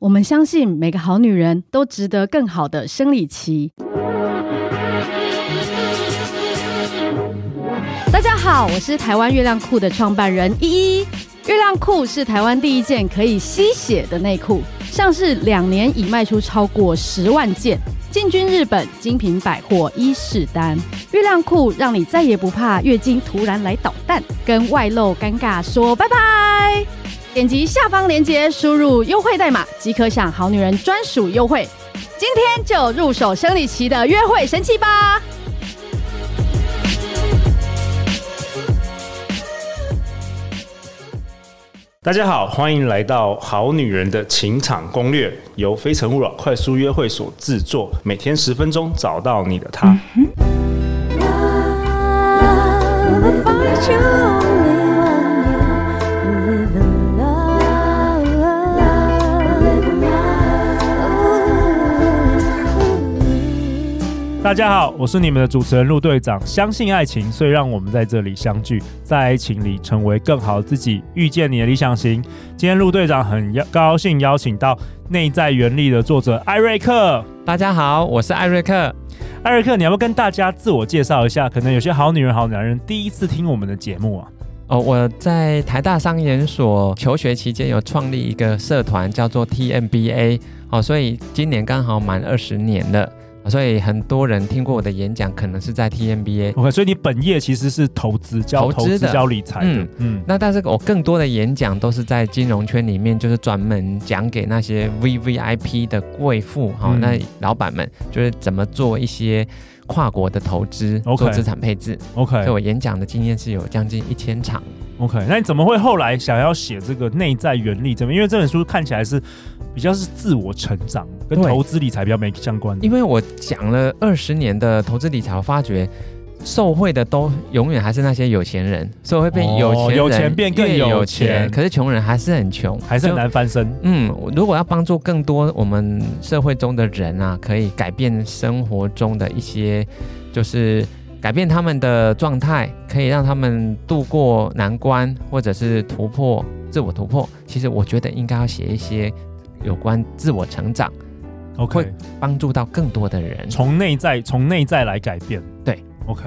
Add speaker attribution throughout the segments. Speaker 1: 我们相信每个好女人都值得更好的生理期。大家好，我是台湾月亮裤的创办人依依。月亮裤是台湾第一件可以吸血的内裤，上市两年已卖出超过十万件，进军日本精品百货伊势丹。月亮裤让你再也不怕月经突然来捣蛋，跟外露尴尬说拜拜。点击下方链接，输入优惠代码即可享好女人专属优惠。今天就入手生理期的约会神器吧！
Speaker 2: 大家好，欢迎来到《好女人的情场攻略》，由非诚勿扰快速约会所制作，每天十分钟，找到你的他。
Speaker 3: Love will find you only one you live in love, live in love.
Speaker 4: 大家好，我是你们的主持人陆队长。相信爱情，所以让我们在这里相聚，在爱情里成为更好的自己，遇见你的理想型。今天陆队长很邀高兴邀请到《内在原力》的作者艾瑞克。
Speaker 5: 大家好，我是艾瑞克。
Speaker 4: 艾瑞克，你要不要跟大家自我介绍一下？可能有些好女人、好男人第一次听我们的节目啊。
Speaker 5: 哦，我在台大商研所求学期间有创立一个社团，叫做 TMBA。哦，所以今年刚好满二十年了、哦所以很多人听过我的演讲，可能是在 TMBA。
Speaker 4: OK，所以你本业其实是投资，教投
Speaker 5: 投资
Speaker 4: 资
Speaker 5: 的
Speaker 4: 教理财的
Speaker 5: 嗯。
Speaker 4: 嗯，
Speaker 5: 那但是我更多的演讲都是在金融圈里面，就是专门讲给那些 V V I P 的贵妇哈、哦
Speaker 4: 嗯
Speaker 5: 那老板们就是怎么做一些跨国的投资
Speaker 4: OK
Speaker 5: 做资产配置。所以
Speaker 4: OK
Speaker 5: 我演讲的经验是有将近一千场。
Speaker 4: OK，那你怎么会后来想要写这个《内在原力》这本？因为这本书看起来是比较是自我成长，跟
Speaker 5: 对
Speaker 4: 投资理财比较没相关的。
Speaker 5: 因为我讲了二十年的投资理财，我发觉受贿的都永远还是那些有钱人，所以会变
Speaker 4: 哦
Speaker 5: 有钱人、
Speaker 4: 有钱变更
Speaker 5: 越
Speaker 4: 有
Speaker 5: 有
Speaker 4: 钱
Speaker 5: 可是穷人还是很穷，
Speaker 4: 还是很
Speaker 5: 就。
Speaker 4: 难翻身。
Speaker 5: 嗯，如果要帮助更多我们社会中的人啊，可以改变生活中的一些，就是改变他们的状态，可以让他们度过难关，或者是突破自我突破。其实我觉得应该要写一些有关自我成长，
Speaker 4: OK，
Speaker 5: 会帮助到更多的人。
Speaker 4: 从内在从内在来改变。
Speaker 5: 对
Speaker 4: ，OK。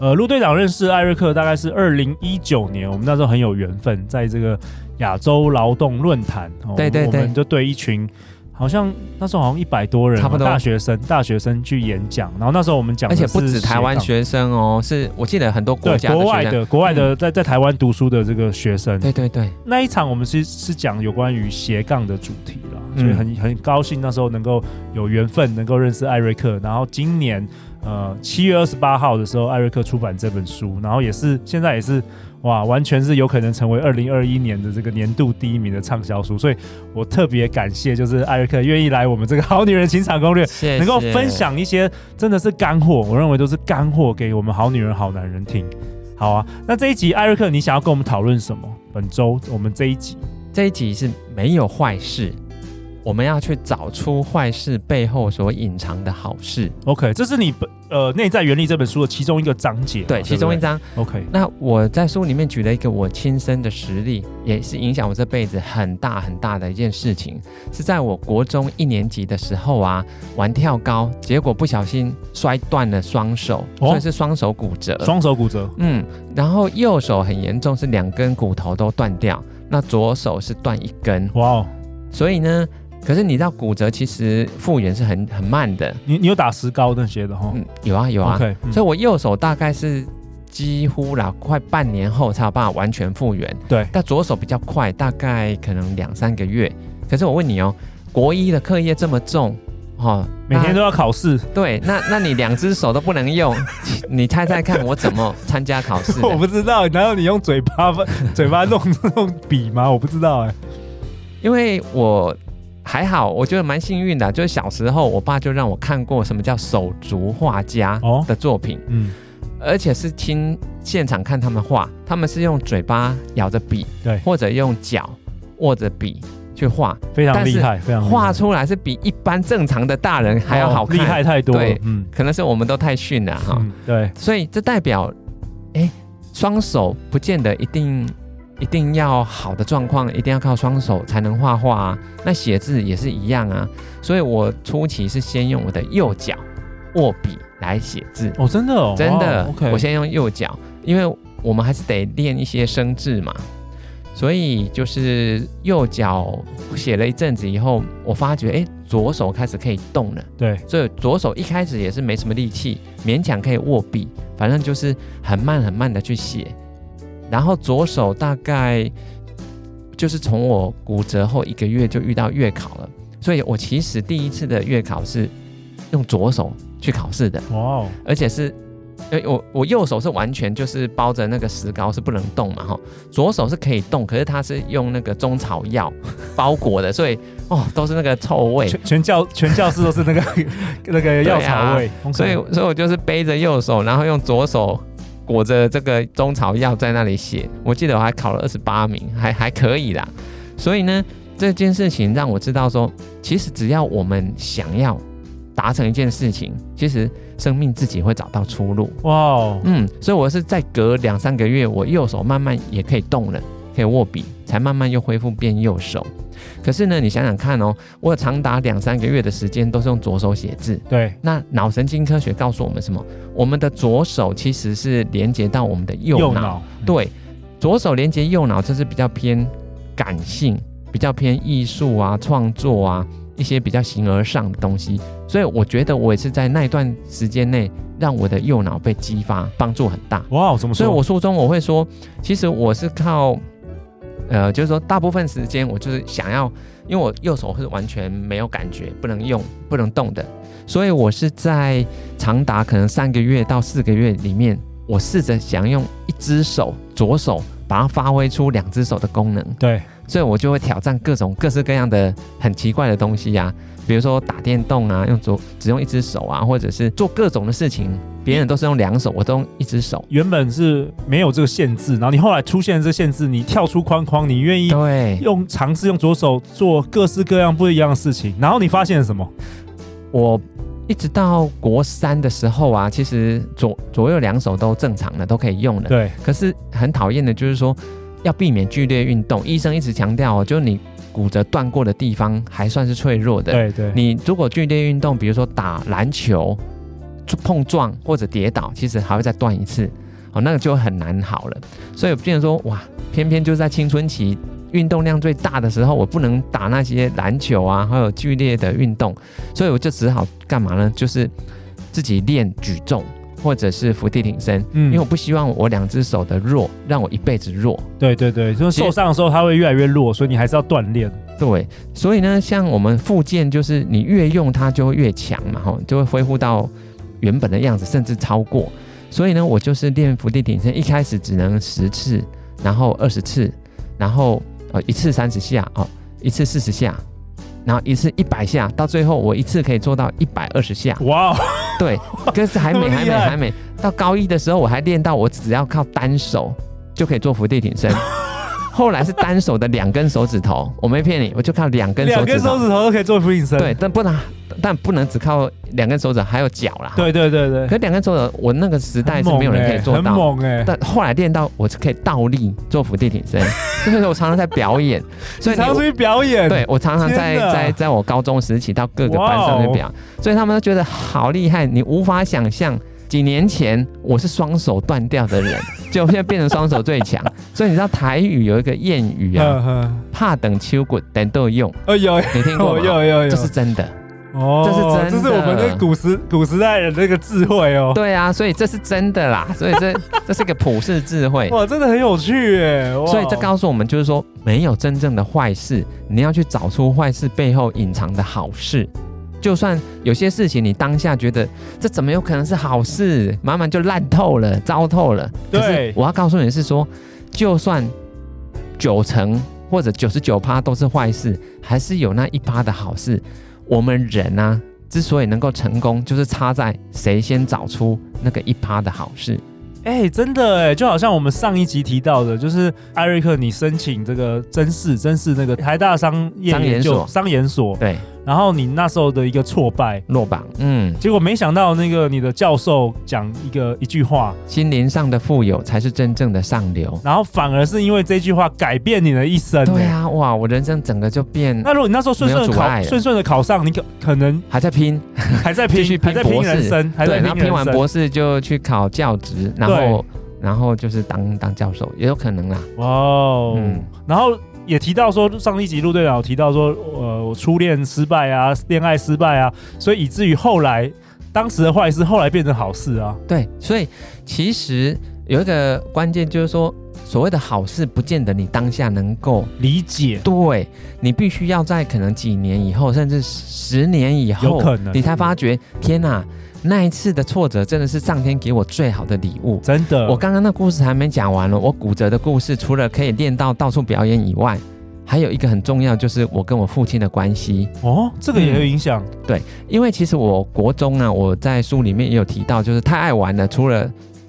Speaker 4: 呃，陆队长认识艾瑞克大概是二零一九年，我们那时候很有缘分，在这个亚洲劳动论坛，哦、
Speaker 5: 对对
Speaker 4: 我们
Speaker 5: 对
Speaker 4: 就对一群好像那时候好像一百多人嘛，
Speaker 5: 差不多
Speaker 4: 大学生大学生去演讲，然后那时候我们讲，
Speaker 5: 而且不止台湾。学生哦，是我记得很多国
Speaker 4: 对，
Speaker 5: 家
Speaker 4: 国外
Speaker 5: 学生。嗯
Speaker 4: 的国外的在在台湾读书的这个学生，
Speaker 5: 对对对，
Speaker 4: 那一场我们是是讲有关于斜杠的主题啦，
Speaker 5: 嗯
Speaker 4: 所以很很高兴那时候能够有缘分能够认识艾瑞克。然后今年呃七月二十八号的时候，艾瑞克出版这本书，然后也是现在也是哇，完全是有可能成为二零二一年的这个年度第一名的畅销书。所以我特别感谢就是艾瑞克愿意来我们这个好女人情场攻略。
Speaker 5: 谢谢
Speaker 4: 能够分享一些真的是干货，我认为都是干货给我们好女人、好男人听。好啊，那这一集艾瑞克，你想要跟我们讨论什么？本周我们这一集
Speaker 5: 这一集是没有坏事，我们要去找出坏事背后所隐藏的好事。
Speaker 4: ，OK，这是你本呃《内在原力》这本书的其中一个章节嘛，
Speaker 5: 对，其中一
Speaker 4: 章
Speaker 5: 张。
Speaker 4: OK，
Speaker 5: 那我在书里面举了一个我亲身的实例，也是影响我这辈子很大很大的一件事情，是在我国中一年级的时候啊，玩跳高，结果不小心摔断了双手，
Speaker 4: 哦
Speaker 5: 所以是双手骨折。
Speaker 4: 双手骨折，
Speaker 5: 嗯，然后右手很严重，是两根骨头都断掉，那左手是断一根，
Speaker 4: 哇哦，
Speaker 5: 所以呢，可是你知道骨折其实复原是很很慢的，
Speaker 4: 你你有打石膏那些的哈、
Speaker 5: 嗯，有啊有啊
Speaker 4: o k
Speaker 5: 所以我右手大概是几乎啦，快半年后才有办法完全复原，
Speaker 4: 对
Speaker 5: 但左手比较快，大概可能两三个月。可是我问你哦，国一的课业这么重，哦，
Speaker 4: 每天都
Speaker 5: 那
Speaker 4: 要考试，
Speaker 5: 对，那那你两只手都不能用，你猜猜看我怎么参加考试 的？
Speaker 4: 我不知道，难道你用嘴巴嘴巴弄弄笔吗？我不知道哎、
Speaker 5: 因为我还好，我觉得蛮幸运的，啊就是小时候我爸就让我看过什么叫手足画家
Speaker 4: 哦
Speaker 5: 的作品，
Speaker 4: 嗯，
Speaker 5: 而且是亲现场看他们画，他们是用嘴巴咬着笔，
Speaker 4: 对，哦
Speaker 5: 或者用脚握着笔去画，
Speaker 4: 非常
Speaker 5: 但是
Speaker 4: 厉害，非常厉害
Speaker 5: 画出来是比一般正常的大人还要好
Speaker 4: 哦厉
Speaker 5: 看，
Speaker 4: 害太多了
Speaker 5: 对，
Speaker 4: 嗯
Speaker 5: 可能是我们都太逊了哈，
Speaker 4: 嗯，对。
Speaker 5: 所以这代表，哎，双手不见得一定一定要好的状况，一定要靠双手才能画画啊。那写字也是一样啊，所以我初期是先用我的右脚握笔来写字，
Speaker 4: 哦，真的哦，
Speaker 5: 真的
Speaker 4: 哇，OK，
Speaker 5: 我先用右脚，因为我们还是得练一些生字嘛，所以就是右脚写了一阵子以后，我发觉诶，左手开始可以动了，
Speaker 4: 对，
Speaker 5: 所以左手一开始也是没什么力气，勉强可以握笔，反正就是很慢很慢的去写，然后左手大概就是从我骨折后一个月就遇到月考了，所以我其实第一次的月考是用左手去考试的。
Speaker 4: 哇哦，
Speaker 5: 而且是，因为我我右手是完全就是包着那个石膏是不能动嘛哈，左手是可以动，可是它是用那个中草药包裹的，所以哦都是那个臭味，
Speaker 4: 全全教全教室都是那 个那个药草味，OK
Speaker 5: 啊所以所以我就是背着右手，然后用左手裹着这个中草药在那里写。我记得我还考了二十八名，还还可以啦。所以呢，这件事情让我知道说，其实只要我们想要达成一件事情，其实生命自己会找到出路。
Speaker 4: 哇哦，
Speaker 5: 嗯，所以我是在隔两三个月，我右手慢慢也可以动了，可以握笔，才慢慢又恢复变右手。可是呢，你想想看哦，我有长达两三个月的时间都是用左手写字。
Speaker 4: 对，
Speaker 5: 那脑神经科学告诉我们什么？我们的左手其实是连接到我们的右脑，
Speaker 4: 右脑，嗯
Speaker 5: 对，左手连接右脑，这是比较偏感性，比较偏艺术啊、创作啊一些比较形而上的东西。所以我觉得我也是在那一段时间内，让我的右脑被激发，帮助很大。
Speaker 4: 哇哦，怎么
Speaker 5: 所
Speaker 4: 说？
Speaker 5: 以我书中我会说，其实我是靠，呃，就是说大部分时间我就是想要，因为我右手是完全没有感觉，不能用，不能动的，所以我是在长达可能三个月到四个月里面，我试着想用一只手，左手。把它发挥出两只手的功能，
Speaker 4: 对，
Speaker 5: 所以我就会挑战各种各式各样的很奇怪的东西呀、比如说打电动啊，用左只用一只手啊，或者是做各种的事情，别人都是用两手，我都用一只手。
Speaker 4: 原本是没有这个限制，然后你后来出现这限制，你跳出框框，你愿意
Speaker 5: 对，
Speaker 4: 用尝试用左手做各式各样不一样的事情，然后你发现了什么？
Speaker 5: 我一直到国三的时候啊，其实左左右两手都正常的，都可以用的。
Speaker 4: 对，
Speaker 5: 可是很讨厌的就是说，要避免剧烈运动。医生一直强调哦，就是你骨折断过的地方还算是脆弱的。
Speaker 4: 对对，
Speaker 5: 你如果剧烈运动，比如说打篮球、碰撞或者跌倒，其实还会再断一次，哦，那个就很难好了。所以我变成说，哇，偏偏就是在青春期运动量最大的时候，我不能打那些篮球啊，还有剧烈的运动，所以我就只好干嘛呢？就是自己练举重或者是伏地挺身，
Speaker 4: 嗯
Speaker 5: 因为我不希望我两只手的弱让我一辈子弱。
Speaker 4: 对对对，就是
Speaker 5: 其实
Speaker 4: 受伤的时候它会越来越弱，所以你还是要锻炼。
Speaker 5: 对，所以呢，像我们复健，就是你越用它就会越强嘛，吼，就会恢复到原本的样子，甚至超过。所以呢，我就是练伏地挺身，一开始只能十次，然后二十次，然后呃一次三十下，哦，一次四十下，然后一次一百下，到最后我一次可以做到一百二十下。
Speaker 4: 哇哦，
Speaker 5: 对，可是 还
Speaker 4: 那
Speaker 5: 没
Speaker 4: 么
Speaker 5: 还
Speaker 4: 厉
Speaker 5: 没
Speaker 4: 害
Speaker 5: 还没，到高一的时候我还练到我只要靠单手就可以做伏地挺 身。后来是单手的两根手指头，我没骗你，我就靠两根手
Speaker 4: 两
Speaker 5: 指
Speaker 4: 根手
Speaker 5: 头。
Speaker 4: 指头都可以做俯卧撑。
Speaker 5: 对，但不能，但不能只靠两根手指，还有脚啦。，
Speaker 4: 对对对对，
Speaker 5: 可两根手指，我那个时代
Speaker 4: 很
Speaker 5: 是
Speaker 4: 猛
Speaker 5: 没有人可以
Speaker 4: 欸
Speaker 5: 做
Speaker 4: 很
Speaker 5: 到。
Speaker 4: 猛哎。
Speaker 5: 但后来练到我是可以倒立做伏地挺 身，所以我常常在表演。所
Speaker 4: 你
Speaker 5: 以
Speaker 4: 常
Speaker 5: 你
Speaker 4: 常出去表演，
Speaker 5: 对，我常常在
Speaker 4: 天哪哦
Speaker 5: 在在我高中时期到各个班上去表，所以他们都觉得好厉害，你无法想象。几年前我是双手断掉的人，就现在变成双手最强。所以你知道台语有一个谚语啊，
Speaker 4: 呵呵，
Speaker 5: 怕等秋滚等都用，
Speaker 4: 哎呦，
Speaker 5: 你听过
Speaker 4: 有
Speaker 5: 吗？
Speaker 4: 有有有，
Speaker 5: 这是真的，
Speaker 4: 哦，
Speaker 5: 这是真的
Speaker 4: 这是我们的古时古时代人的那个智慧哦。
Speaker 5: 对啊，所以这是真的啦，所以这这是个普世智慧。
Speaker 4: 哇，真的很有趣哎。哇
Speaker 5: 所以这告诉我们，就是说没有真正的坏事，你要去找出坏事背后隐藏的好事。就算有些事情你当下觉得这怎么有可能是好事，满满就烂透了、糟透了。可是
Speaker 4: 对
Speaker 5: 我要告诉你的是说，就算九成或者九十九趴都是坏事，还是有那一趴的好事。我们人啊，之所以能够成功，就是差在谁先找出那个一趴的好事。
Speaker 4: 哎、真的哎、就好像我们上一集提到的，就是艾瑞克，你申请这个真试真试那个台大商业
Speaker 5: 商研
Speaker 4: 研究
Speaker 5: 所
Speaker 4: 商研所，
Speaker 5: 对
Speaker 4: 然后你那时候的一个挫败，
Speaker 5: 落榜，嗯，
Speaker 4: 结果没想到那个你的教授讲一个一句话，
Speaker 5: 心灵上的富有才是真正的上流。
Speaker 4: 然后反而是因为这句话改变你的一生。
Speaker 5: 对。啊，哇，我人生整个就变，
Speaker 4: 那如果你那时候顺顺
Speaker 5: 没
Speaker 4: 的
Speaker 5: 有阻碍啊
Speaker 4: 考
Speaker 5: 了
Speaker 4: 顺顺的考上，你可可能
Speaker 5: 还在拼，
Speaker 4: 还在
Speaker 5: 继
Speaker 4: 拼
Speaker 5: 续，
Speaker 4: 还
Speaker 5: 拼
Speaker 4: 在拼
Speaker 5: 博士，
Speaker 4: 人生，还在
Speaker 5: 对，然后
Speaker 4: 拼人
Speaker 5: 拼完
Speaker 4: 生。
Speaker 5: 博士就去考教职，然后然后就是当当教授也有可能啦。
Speaker 4: 哇哦、
Speaker 5: 嗯
Speaker 4: 然后也提到说，上一集陆队长有提到说，呃，我初恋失败啊，恋爱失败啊，所以以至于后来当时的坏事后来变成好事啊。
Speaker 5: 对，所以其实有一个关键就是说，所谓的好事，不见得你当下能够
Speaker 4: 理解，
Speaker 5: 对你必须要在可能几年以后，甚至十年以
Speaker 4: 有
Speaker 5: 后，
Speaker 4: 可能
Speaker 5: 你才发觉，天哪、那一次的挫折真的是上天给我最好的礼物。
Speaker 4: 真的，
Speaker 5: 我刚刚那故事还没讲完呢，我骨折的故事除了可以练到到处表演以外，还有一个很重要就是我跟我父亲的关系。
Speaker 4: 哦，这个也有影响、
Speaker 5: 因为其实我国中呢，我在书里面也有提到，就是太爱玩了，除了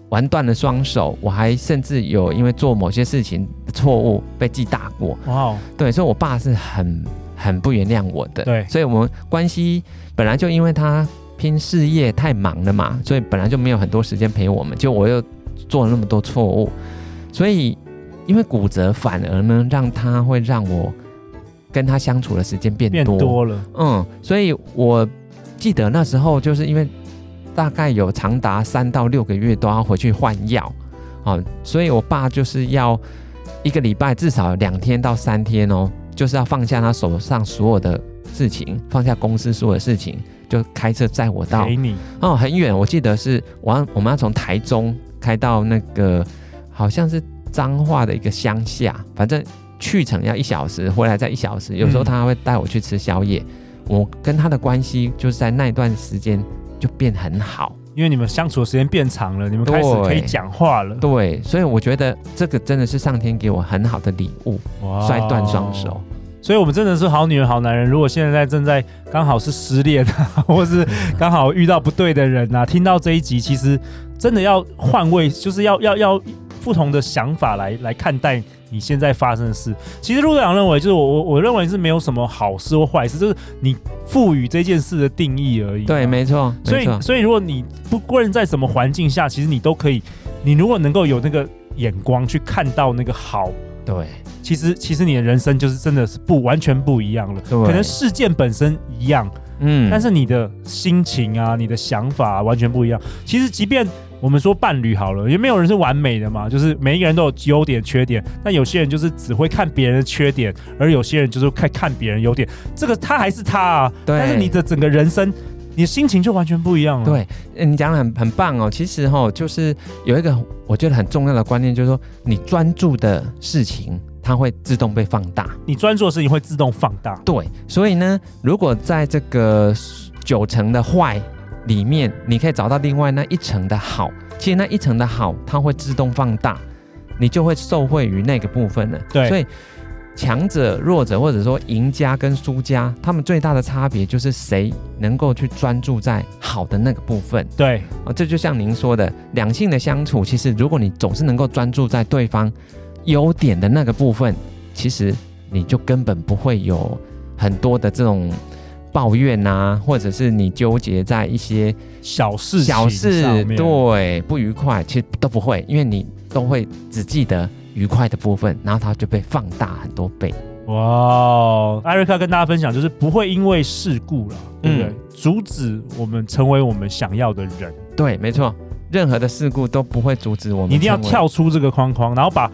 Speaker 5: 玩断了双手，我还甚至有因为做某些事情的错误被记大过。
Speaker 4: 哇哦，
Speaker 5: 对，所以我爸是很很不原谅我的。
Speaker 4: 对
Speaker 5: 所以我们关系本来就因为他拼事业太忙了嘛，所以本来就没有很多时间陪我们，就我又做了那么多错误，所以因为骨折反而呢，让他会让我跟他相处的时间变
Speaker 4: 变
Speaker 5: 多。
Speaker 4: 多了，
Speaker 5: 嗯，所以我记得那时候就是因为大概有长达三到六个月都要回去换药啊、哦所以我爸就是要一个礼拜至少两天到三天哦，就是要放下他手上所有的事情，放下公司所有的事情，就开车载我到
Speaker 4: 给你
Speaker 5: 哦很远，我记得是我要我们要从台中开到那个好像是彰化的一个乡下，反正去程要一小时，回来再一小时。有时候
Speaker 4: 嗯
Speaker 5: 他会带我去吃宵夜，我跟他的关系就是在那一段时间就变很好。
Speaker 4: 因为你们相处的时间变长了，你们开始
Speaker 5: 对
Speaker 4: 可以讲话了，
Speaker 5: 对，所以我觉得这个真的是上天给我很好的礼物，
Speaker 4: 哇哦
Speaker 5: 摔断双手。。
Speaker 4: 所以，我们真的是好女人、好男人。如果现在正在刚好是失恋啊，或是刚好遇到不对的人啊，听到这一集，其实真的要换位，就是要要要不同的想法来来看待你现在发生的事。其实陆队长认为，就是我我我认为是没有什么好事或坏事，就是你赋予这件事的定义而已。
Speaker 5: 对，。没错，
Speaker 4: 所
Speaker 5: 没错
Speaker 4: 以，。所以如果你不不论在什么环境下，其实你都可以，你如果能够有那个眼光去看到那个好
Speaker 5: 对，
Speaker 4: 其实其实你的人生就是真的是不完全不一样了，
Speaker 5: 对
Speaker 4: 可能事件本身一样，
Speaker 5: 嗯
Speaker 4: 但是你的心情啊、你的想法、啊、完全不一样。其实即便我们说伴侣好了，也没有人是完美的嘛，就是每一个人都有优点、缺点。但有些人就是只会看别人的缺点，而有些人就是看看别人优点。这个他还是他啊，
Speaker 5: 对
Speaker 4: 但是你的整个人生，你的心情就完全不一样了。，
Speaker 5: 对，呃你讲的很很棒哦。其实哈、哦，就是有一个我觉得很重要的观念，就是说你专注的事情，它会自动被放大。
Speaker 4: 你专注的事情会自动放大。
Speaker 5: 对，所以呢，如果在这个九成的坏里面，你可以找到另外那一层的好，其实那一层的好，它会自动放大，你就会受惠于那个部分了。
Speaker 4: 对
Speaker 5: 所以强者、弱者，或者说赢家跟输家，他们最大的差别就是谁能够去专注在好的那个部分。
Speaker 4: 对，
Speaker 5: 啊，这就像您说的，两性的相处，其实如果你总是能够专注在对方优点的那个部分，其实你就根本不会有很多的这种抱怨啊，或者是你纠结在一些
Speaker 4: 小事
Speaker 5: 小
Speaker 4: 情
Speaker 5: 事
Speaker 4: 上面
Speaker 5: 对不愉快，其实都不会，因为你都会只记得愉快的部分，然后它就被放大很多倍。
Speaker 4: 哇哦，艾瑞克跟大家分享，就是不会因为事故了，对不对？
Speaker 5: 嗯
Speaker 4: 阻止我们成为我们想要的人，
Speaker 5: 对，没错，任何的事故都不会阻止我们。
Speaker 4: 你一定要。跳出这个框框，然后把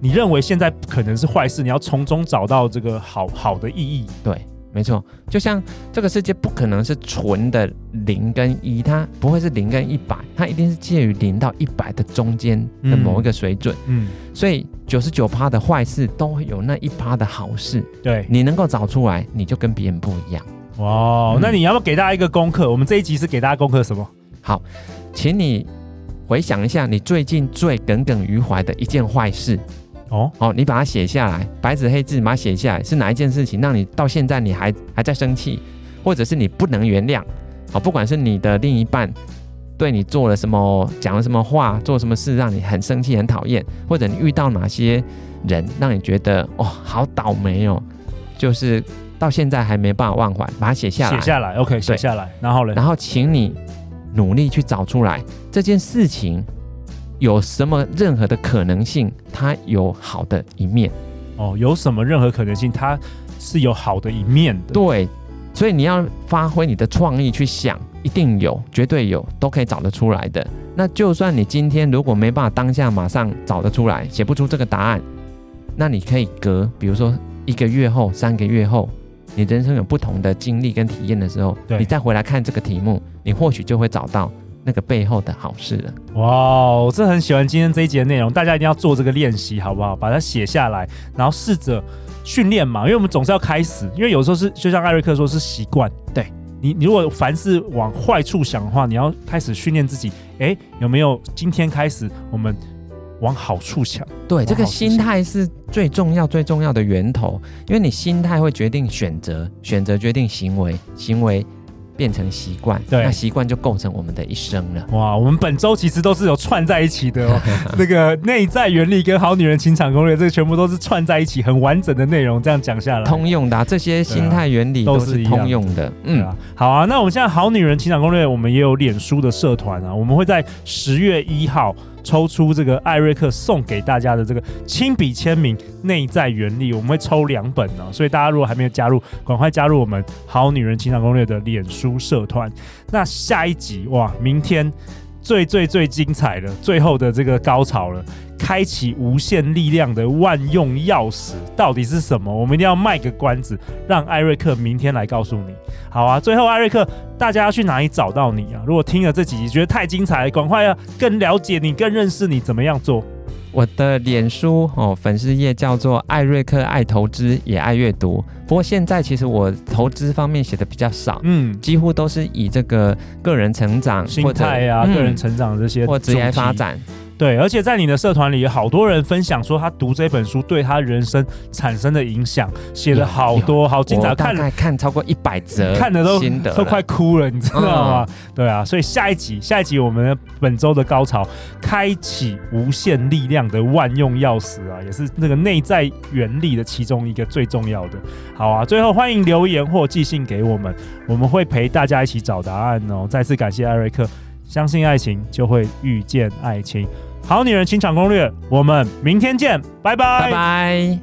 Speaker 4: 你认为现在可能是坏事，你要从中找到这个好好的意义。
Speaker 5: 对，没错，就像这个世界不可能是纯的零跟一，它不会是零跟一百，它一定是介于零到一百的中间的某一个水准。
Speaker 4: 嗯，
Speaker 5: 所以九十九趴的坏事都会有那一趴的好事，
Speaker 4: 对，
Speaker 5: 你能够找出来，你就跟别人不一样。
Speaker 4: 哇哦，
Speaker 5: 嗯
Speaker 4: 那你要不要给大家一个功课？我们这一集是给大家功课什么？
Speaker 5: 请你回想一下你最近最耿耿于怀的一件坏事。
Speaker 4: 哦，
Speaker 5: 哦，你把它写下来，白纸黑字把它写下来，是哪一件事情让你到现在你还还在生气，或者是你不能原谅？好，不管是你的另一半对你做了什么，讲了什么话，做什么事让你很生气、很讨厌，或者你遇到哪些人让你觉得哦好倒霉哦，就是到现在还没办法忘怀，把它写下来。
Speaker 4: 写下来，OK，写下来，然后嘞，
Speaker 5: 然后请你努力去找出来这件事情有什么任何的可能性，它有好的一面。
Speaker 4: 哦，有什么任何可能性，它是有好的一面的。
Speaker 5: 对，所以你要发挥你的创意去想，一定有，绝对有，都可以找得出来的。那就算你今天如果没办法当下马上找得出来，写不出这个答案，那你可以隔，比如说一个月后、三个月后，你人生有不同的经历跟体验的时候，
Speaker 4: 对
Speaker 5: 你再回来看这个题目，你或许就会找到那个背后的好事了。
Speaker 4: 哇，我真的很喜欢今天这一节的内容，大家一定要做这个练习，好不好？把它写下来，然后试着训练嘛，因为我们总是要开始，因为有时候是就像艾瑞克说，是习惯。
Speaker 5: 对
Speaker 4: 你，你如果凡是往坏处想的话，你要开始训练自己，诶，有没有今天开始我们往好处想？
Speaker 5: 对，这
Speaker 4: 好
Speaker 5: 个
Speaker 4: 事
Speaker 5: 心
Speaker 4: 情
Speaker 5: 态是最重要、最重要的源头，因为你心态会决定选择，选择决定行为，行为变成习惯，
Speaker 4: 对
Speaker 5: 那习惯就构成我们的一生了。
Speaker 4: 哇，我们本周其实都是有串在一起的哦，那个内在原理跟好女人情场攻略，这个全部都是串在一起，很完整的内容。这样讲下来，
Speaker 5: 通用的、啊、这些心态原理
Speaker 4: 对啊
Speaker 5: 都
Speaker 4: 都是
Speaker 5: 是
Speaker 4: 一样
Speaker 5: 通用的，
Speaker 4: 对
Speaker 5: 嗯
Speaker 4: 啊，，好啊，那我们现在好女人情感攻略，我们也有脸书的社团啊，我们会在十月一号抽出这个艾瑞克送给大家的这个亲笔签名《内在原理》，我们会抽两本呢、所以大家如果还没有加入，赶快加入我们好女人情感攻略的脸书社团。那下一集哇，明天最最最精彩的最后的这个高潮了。开启无限力量的万用钥匙到底是什么？我们一定要卖个关子，让艾瑞克明天来告诉你。好啊，最后艾瑞克，大家要去哪里找到你啊？如果听了这几集觉得太精彩了，赶快要更了解你，更认识你，怎么样做？
Speaker 5: 我的脸书哦粉丝页叫做艾瑞克爱投资也爱阅读，不过现在其实我投资方面写的比较少，
Speaker 4: 嗯，
Speaker 5: 几乎都是以这个个人成长
Speaker 4: 心态啊，
Speaker 5: 或者嗯
Speaker 4: 个人成长这些，
Speaker 5: 或职业发。展。
Speaker 4: 对，而且在你的社团里，有好多人分享说他读这本书对他人生产生的影响，写了好多好精彩，
Speaker 5: 我大
Speaker 4: 看了
Speaker 5: 概看超过一百则，
Speaker 4: 看的都
Speaker 5: 心 得
Speaker 4: 都
Speaker 5: 了
Speaker 4: 快哭了，你知道吗？对啊，所以下一集，下一集我们本周的高潮，开启无限力量的万用钥匙啊，也是那个内在原理的其中一个最重要的。好啊，最后欢迎留言或寄信给我们，我们会陪大家一起找答案哦。再次感谢艾瑞克，相信爱情就会遇见爱情。好女人情场攻略，我们明天见，拜拜
Speaker 5: 拜拜。